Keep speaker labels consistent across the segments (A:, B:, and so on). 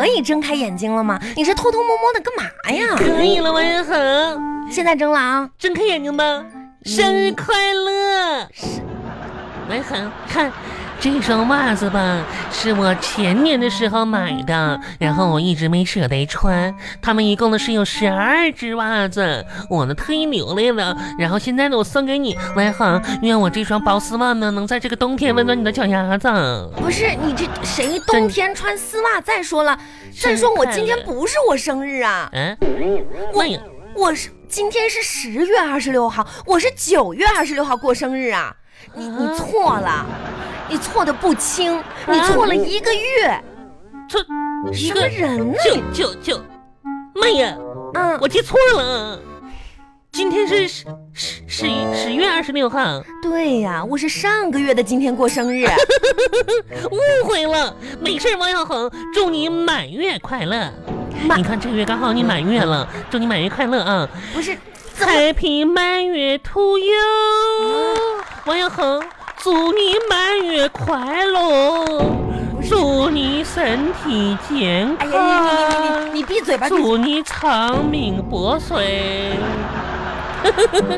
A: 哎你睁开眼睛了吗？你是偷偷摸摸的干嘛呀？
B: 可以了，王仁恒，
A: 现在睁了啊！
B: 睁开眼睛吧，生日快乐！王仁恒，看这双袜子吧，是我前年的时候买的，然后我一直没舍得穿。他们一共呢是有十二只袜子，我呢特意留来了，然后现在呢我送给你，王仁恒，愿我这双薄丝袜呢能在这个冬天温暖你的脚丫子。
A: 不是你这谁冬天穿丝袜？再说了，再说我今天不是我生日啊，
B: 嗯，那也
A: 我是今天是十月二十六号，我是九月二十六号过生日啊！你你错了，你错的不轻，你错了一个月，
B: 这一
A: 什么
B: 个
A: 人呢？
B: 就就就，妈呀！
A: 嗯，
B: 我记错了，今天是十十十一十月二十六号，
A: 对呀、我是上个月的今天过生日。
B: 误会了。没事，王小恒，祝你满月快乐。
A: 满
B: 你看这月刚好你满月了，祝你满月快乐啊
A: 不是，怎么嗯
B: ！Happy 满月 to you，王小恒，祝你满月快乐， 祝你身体健
A: 哎
B: 康。
A: 呀，你你你你你闭嘴吧！闭嘴
B: 祝你长命百岁。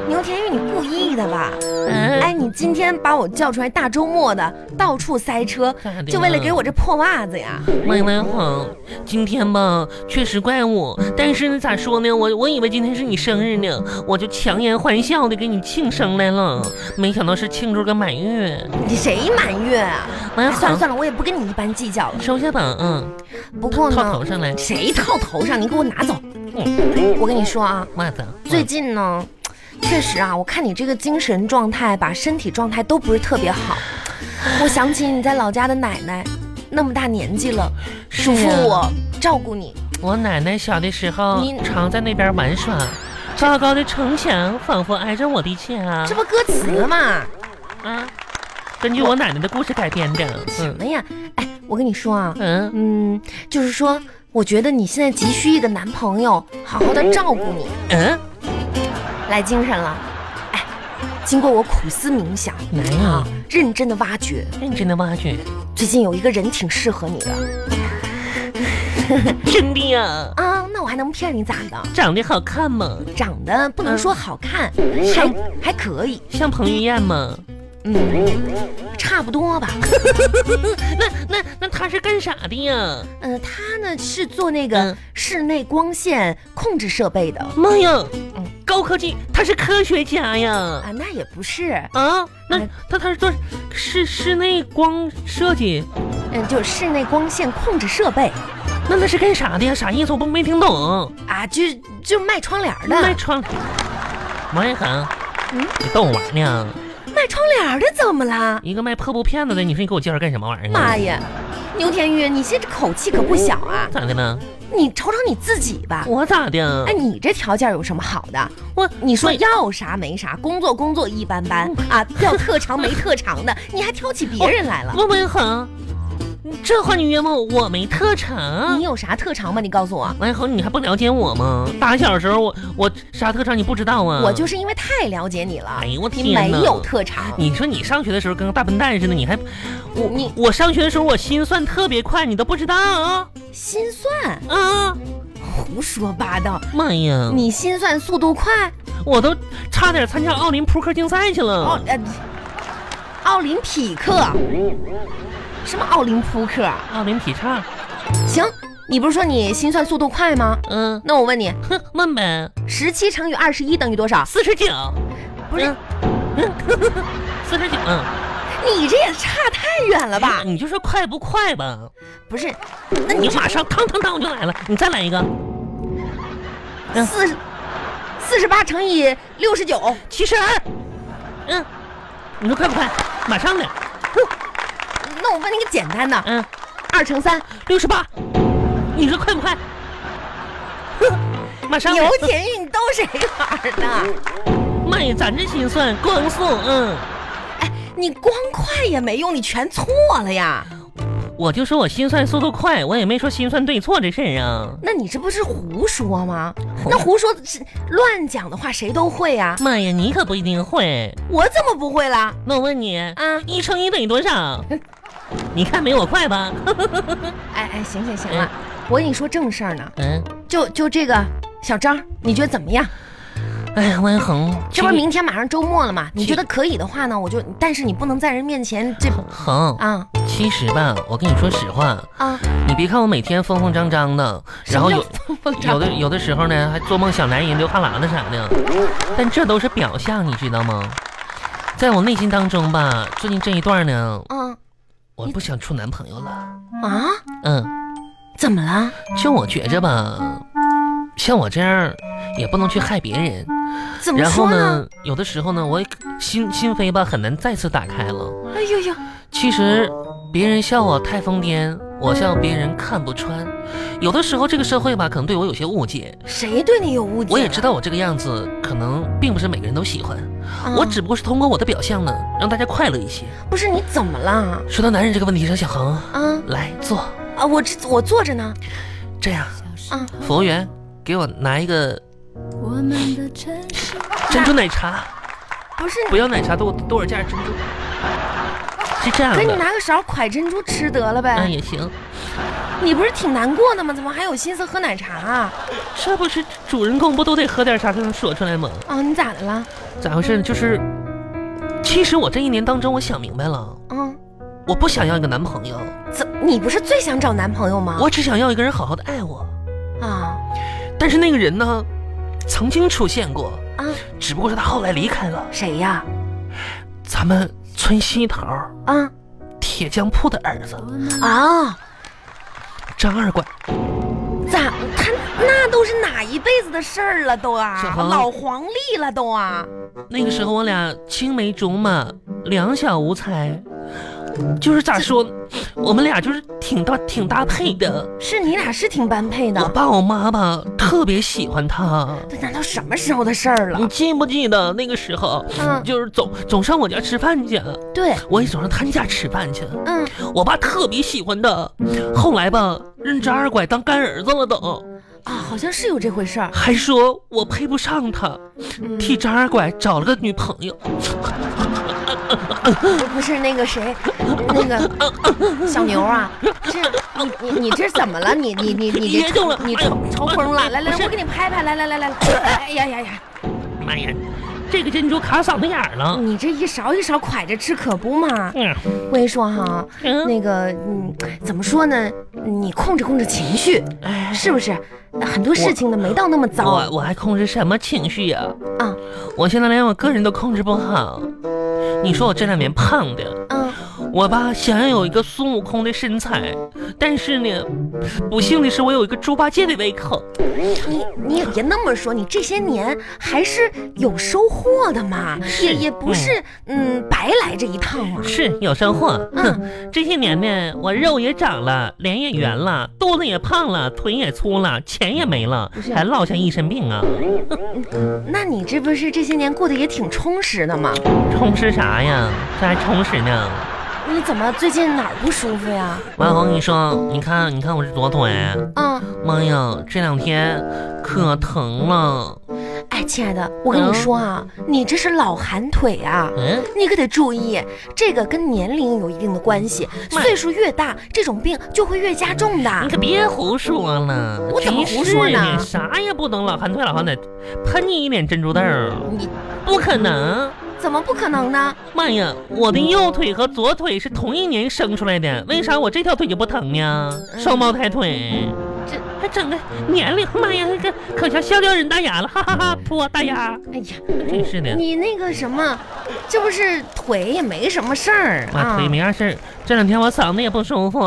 A: 牛田玉，你故意的吧？
B: 嗯
A: 哎，你今天把我叫出来大周末的，到处塞车
B: 干啥，的
A: 就为了给我这破袜子呀？
B: 麦麦好，今天吧确实怪我，但是呢咋说呢，我我以为今天是你生日呢，我就强颜欢笑的给你庆生来了，没想到是庆祝个满月。
A: 你谁满月啊？
B: 哎呀
A: 哎算了
B: 好
A: 算了，我也不跟你一般计较了。
B: 收下吧，嗯，
A: 不过
B: 套嗯头
A: 呢，
B: 上来，
A: 谁套头上？你给我拿走！我跟你说啊，
B: 袜子。
A: 最近呢，确实啊，我看你这个精神状态吧，身体状态都不是特别好。我想起你在老家的奶奶，那么大年纪了，
B: 啊
A: 嘱咐我照顾你。
B: 我奶奶小的时候
A: 你
B: 常在那边玩耍，高高的城墙仿佛挨着我的家
A: 这不歌词吗？
B: 啊，根据我奶奶的故事改编的，
A: 什
B: 嗯
A: 么呀？哎，我跟你说啊，
B: 嗯，
A: 嗯，就是说，我觉得你现在急需一个男朋友，好好的照顾你，
B: 嗯，
A: 来精神了。哎，经过我苦思冥想，
B: 来
A: 啊
B: 呀，
A: 认真的挖掘，
B: 认真的挖掘，
A: 最近有一个人挺适合你的
B: 真的呀，
A: 啊，那我还能骗你咋的？
B: 长得好看吗？
A: 长得不能说好看，还还可以，嗯
B: 像彭于晏吗？
A: 差不多吧。
B: 那那那他是干啥的呀？
A: 嗯、他呢是做那个
B: 嗯
A: 室内光线控制设备的
B: 妈呀
A: 嗯，
B: 高科技，他是科学家呀！
A: 啊，那也不是，
B: 啊，那
A: 嗯
B: 他他是做室室内光设计，
A: 嗯，就室内光线控制设备
B: 那那是干啥的呀？啥意思？我不没听懂。
A: 啊，就就卖窗帘儿的。
B: 卖窗帘，王一恒，
A: 嗯
B: 你逗我玩呢？
A: 卖窗帘儿的怎么啦？
B: 一个卖破布片子的，你说你给我介绍干什么玩意儿
A: 妈
B: 呢？
A: 呀，牛田玉，你这口气可不小啊！
B: 咋的了？
A: 你瞅瞅你自己吧，
B: 我咋的
A: 哎，？你这条件有什么好的？
B: 我
A: 你说
B: 我
A: 要啥没啥，工作工作一般般啊，要特长没特长的，你还挑起别人来了。
B: 王一恒，你这话你冤枉我，我没特长
A: 你。有啥特长吗？你告诉我，
B: 王一恒，哎你还不了解我吗？打小时候我我啥特长你不知道啊？
A: 我就是因为太了解你了
B: 哎，呦我
A: 你
B: 天哪！
A: 没有特长。
B: 你说你上学的时候跟个大笨蛋似的，你还我
A: 你
B: 我上学的时候我心算特别快，你都不知道啊
A: 心算，
B: 啊！
A: 胡说八道！
B: 妈呀，
A: 你心算速度快
B: 我都差点参加奥林扑克竞赛去了。
A: 哦，呃，奥林匹克，什么奥林扑克？啊
B: 奥林匹克，
A: 行，你不是说你心算速度快吗？
B: 嗯，
A: 那我问你，
B: 哼，问呗，
A: 十七乘以二十一等于多少？
B: 四十九，
A: 不是
B: 嗯，四十九，嗯，
A: 你这也差太远了吧？
B: 你就说快不快吧？
A: 不是，那
B: 你
A: 你
B: 就马上当当当就来了，你再来一个嗯
A: 四十四十八乘以六十九，
B: 七十二，嗯，你说快不快？马上的，
A: 那我问你个简单的，
B: 嗯。
A: 二乘三。
B: 六十八，你说快不 快？马上
A: 牛田玉，你逗谁玩儿呢？
B: 妈呀，咱这心算光速，嗯，
A: 哎，你光快也没用，你全错了呀！
B: 我就说我心算速度快，我也没说心算对错这事儿啊。
A: 那你这不是胡说吗？
B: 胡
A: 那胡说是乱讲的话，谁都会呀、
B: 妈呀，你可不一定会。
A: 我怎么不会啦？
B: 那我问你，
A: 啊，
B: 一乘一等于多少？你看没我快吧？
A: 哎哎，行行行了，我跟你说正事儿呢，
B: 嗯，
A: 就就这个小张，你觉得怎么样？
B: 哎，温恒，
A: 这不是明天马上周末了吗？你
B: 去
A: 觉得可以的话呢，我就，但是你不能在人面前这
B: 恒，
A: 啊
B: 其实吧，我跟你说实话，
A: 啊，
B: 你别看我每天疯疯张张的，然后有
A: 什么叫疯
B: 有
A: 张
B: 的有的时候呢，还做梦想男人流哈喇子啥的，但这都是表象，你知道吗？在我内心当中吧，最近这一段呢，
A: 嗯
B: 我不想处男朋友了。
A: 啊，
B: 嗯，
A: 怎么了？
B: 就我觉着吧，像我这样也不能去害别人。
A: 怎么
B: 然后
A: 说呢？
B: 呢，有的时候呢，我也心心扉吧很难再次打开了。
A: 哎呦呦，
B: 其实别人笑我太疯癫，我笑别人看不穿。有的时候这个社会吧，可能对我有些误解。
A: 谁对你有误解？
B: 我也知，道我这个样子可能并不是每个人都喜欢，
C: 嗯
A: 啊
B: 我只不过是通过我的表象呢，让大家快乐一些。
A: 不是你怎么了？
B: 说到男人这个问题上，小恒
A: 啊
B: 来坐，
A: 啊，我这我坐着呢。
B: 这样
A: 啊，
B: 服务员给我拿一个
C: 我们的城市，
B: 珍珠奶茶，
A: 不是
B: 不要奶茶，多多少价珍珠？是这样
A: 给你
B: 的，
A: 拿个勺蒯珍珠吃得了
B: 嗯
A: 呗？
B: 也行，
A: 你不是挺难过的吗？怎么还有心思喝奶茶啊？
B: 这不是主人公不都得喝点啥才能说出来吗？
A: 啊，你咋的了？
B: 咋回事呢？就是，其实我这一年当中，我想明白了，
A: 嗯，
B: 我不想要一个男朋友，
A: 怎你不是最想找男朋友吗？
B: 我只想要一个人好好的爱我。
A: 啊
B: 但是那个人呢，曾经出现过，
A: 啊，
B: 只不过是他后来离开了。
A: 谁呀？
B: 咱们村西头儿
A: 啊
B: 铁匠铺的儿子
A: 啊，
B: 张二怪，
A: 咋他那都是哪一辈子的事儿了都啊
B: 小？恒
A: 老黄历了都啊？
B: 那个时候我俩青梅竹马，两小无猜，就是咋说，我们俩就是挺搭挺搭配的。
A: 是你俩是挺般配
B: 我
A: 的。
B: 爸我妈吧特别喜欢他。
A: 这难道什么时候的事儿
B: 你
A: 了？
B: 记不记得那个时候，
A: 嗯
B: 就是总总上我家吃饭去，
A: 对，
B: 我也总上他家吃饭去。
A: 嗯，
B: 我爸特别喜欢他，后来吧，认张二拐当干儿子了都，
A: 啊，好像是有这回事儿。
B: 还说我配不上他，
A: 嗯
B: 替张二拐找了个女朋友。
A: 不是那个谁，那 个小牛啊，这你你你这怎么了？你你你你
B: 别
A: 这
B: 动了
A: 你
B: 哎呦
A: 抽抽风了？来来
B: 不是
A: 来，我给你拍拍，来来来 来来，哎呀呀呀，
B: 妈呀，这个珍珠卡嗓子眼儿了。
A: 你这一勺一勺蒯着吃可不嘛？
B: 嗯
A: 我跟你说哈，
B: 嗯，
A: 那个嗯，怎么说呢？你控制控制情绪，
B: 哎，
A: 是不是？很多事情呢没到那么
B: 我
A: 糟
B: 我还控制什么情绪呀、
A: 啊，
B: 我现在连我个人都控制不好。你说我这两年胖的，
A: 嗯
B: 我吧想要有一个孙悟空的身材，但是呢，不幸的是我有一个猪八戒的胃口。
A: 你你也别那么说，你这些年还是有收获的嘛，也也不是嗯白来这一趟啊嘛。
B: 是有收获。
A: 嗯
B: 哼，这些年呢，我肉也长了，脸也圆了，肚子也胖了，腿也粗了，钱也没了
A: 是，啊
B: 还落下一身病啊！
A: 那你这不是这些年过得也挺充实的吗？
B: 充实啥呀？这还充实呢？
A: 你怎么最近哪儿不舒服呀？
B: 万红，你说，你看，你看我这左腿，
A: 嗯，
B: 妈呀，这两天可疼了。
A: 哎，亲爱的，我跟你说啊，你这是老寒腿啊。
B: 嗯，
A: 你可得注意，这个跟年龄有一定的关系，
B: 妈
A: 岁数越大，这种病就会越加重的。
B: 你可别胡说了，
A: 啊我怎么
B: 真
A: 胡说
B: 是
A: 呢
B: 的啥也不懂，老寒腿老寒腿，喷你一脸珍珠豆儿，
A: 你
B: 不可能。
A: 怎么不可能呢？
B: 妈呀，我的右腿和左腿是同一年生出来的，为啥我这条腿就不疼呢？双胞胎腿，
A: 嗯这
B: 还整个年龄，妈呀，这可笑笑掉人大牙了，哈哈哈！泼大牙，
A: 哎呀，
B: 真是的，
A: 你那个什么，这不是腿也没什么事儿
B: 妈
A: 啊
B: 腿，没啥事儿。这两天我嗓子也不舒服，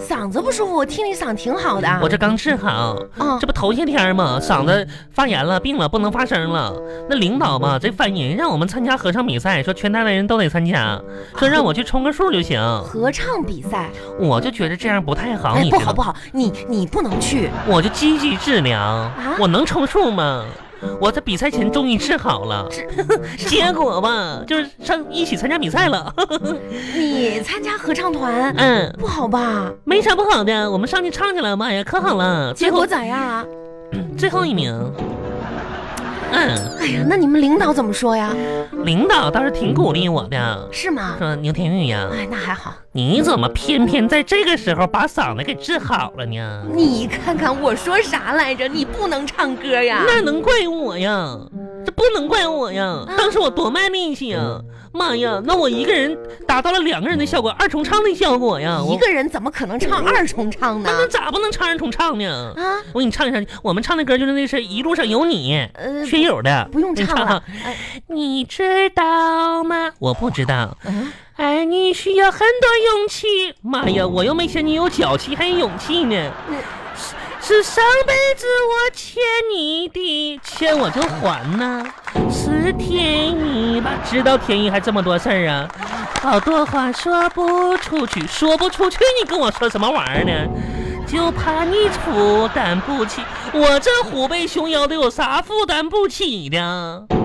A: 嗓子不舒服，我听你嗓挺好的。
B: 我这刚治好，
A: 啊
B: 这不头些天吗？嗓子发炎了，病了，不能发声了。那领导吧，这烦人，让我们参加合唱比赛，说全单位人都得参加，说让我去充个数就行。
A: 合唱比赛，
B: 我就觉得这样不太好，
A: 哎，
B: 你
A: 不
B: 知
A: 好
B: 道吗
A: 不好，你你不能去。
B: 我就积极治疗，我能充数吗？我在比赛前终于治好了，结果吧，就是上一起参加比赛了。
A: 你参加合唱团，
B: 嗯，
A: 不好吧？
B: 没啥不好的，我们上去唱去了，妈呀，可好了，最
A: 结
B: 后
A: 果咋样啊？
B: 最后一名。嗯，
A: 哎呀，那你们领导怎么说呀？
B: 领导倒是挺鼓励我的，
A: 是吗？
B: 说牛田玉呀，
A: 哎，那还好。
B: 你怎么偏偏在这个时候把嗓子给治好了呢？
A: 你看看我说啥来着？你不能唱歌呀？
B: 那能怪我呀？这不能怪我呀！
A: 啊
B: 当时我多卖力气呀！妈呀，那我一个人达到了两个人的效果，二重唱的效果呀！我
A: 一个人啊怎么可能唱二重唱呢？
B: 那咋不能唱二重唱呢？
A: 啊，
B: 我给你唱一唱，我们唱的歌就是那是一路上有你，
A: 呃，
B: 学友的，
A: 不用
B: 你
A: 唱 了。哎
B: 你知道吗？我不知道，
A: 嗯
B: 爱哎你需要很多勇气。妈呀，我又没嫌你有脚气，还有勇气呢。是上辈子我欠你的，欠我就还呐。是天意吧？知道天意还这么多事儿啊？好多话说不出去，说不出去，你跟我说什么玩意儿呢？就怕你负担不起，我这虎背熊腰的有啥负担不起的？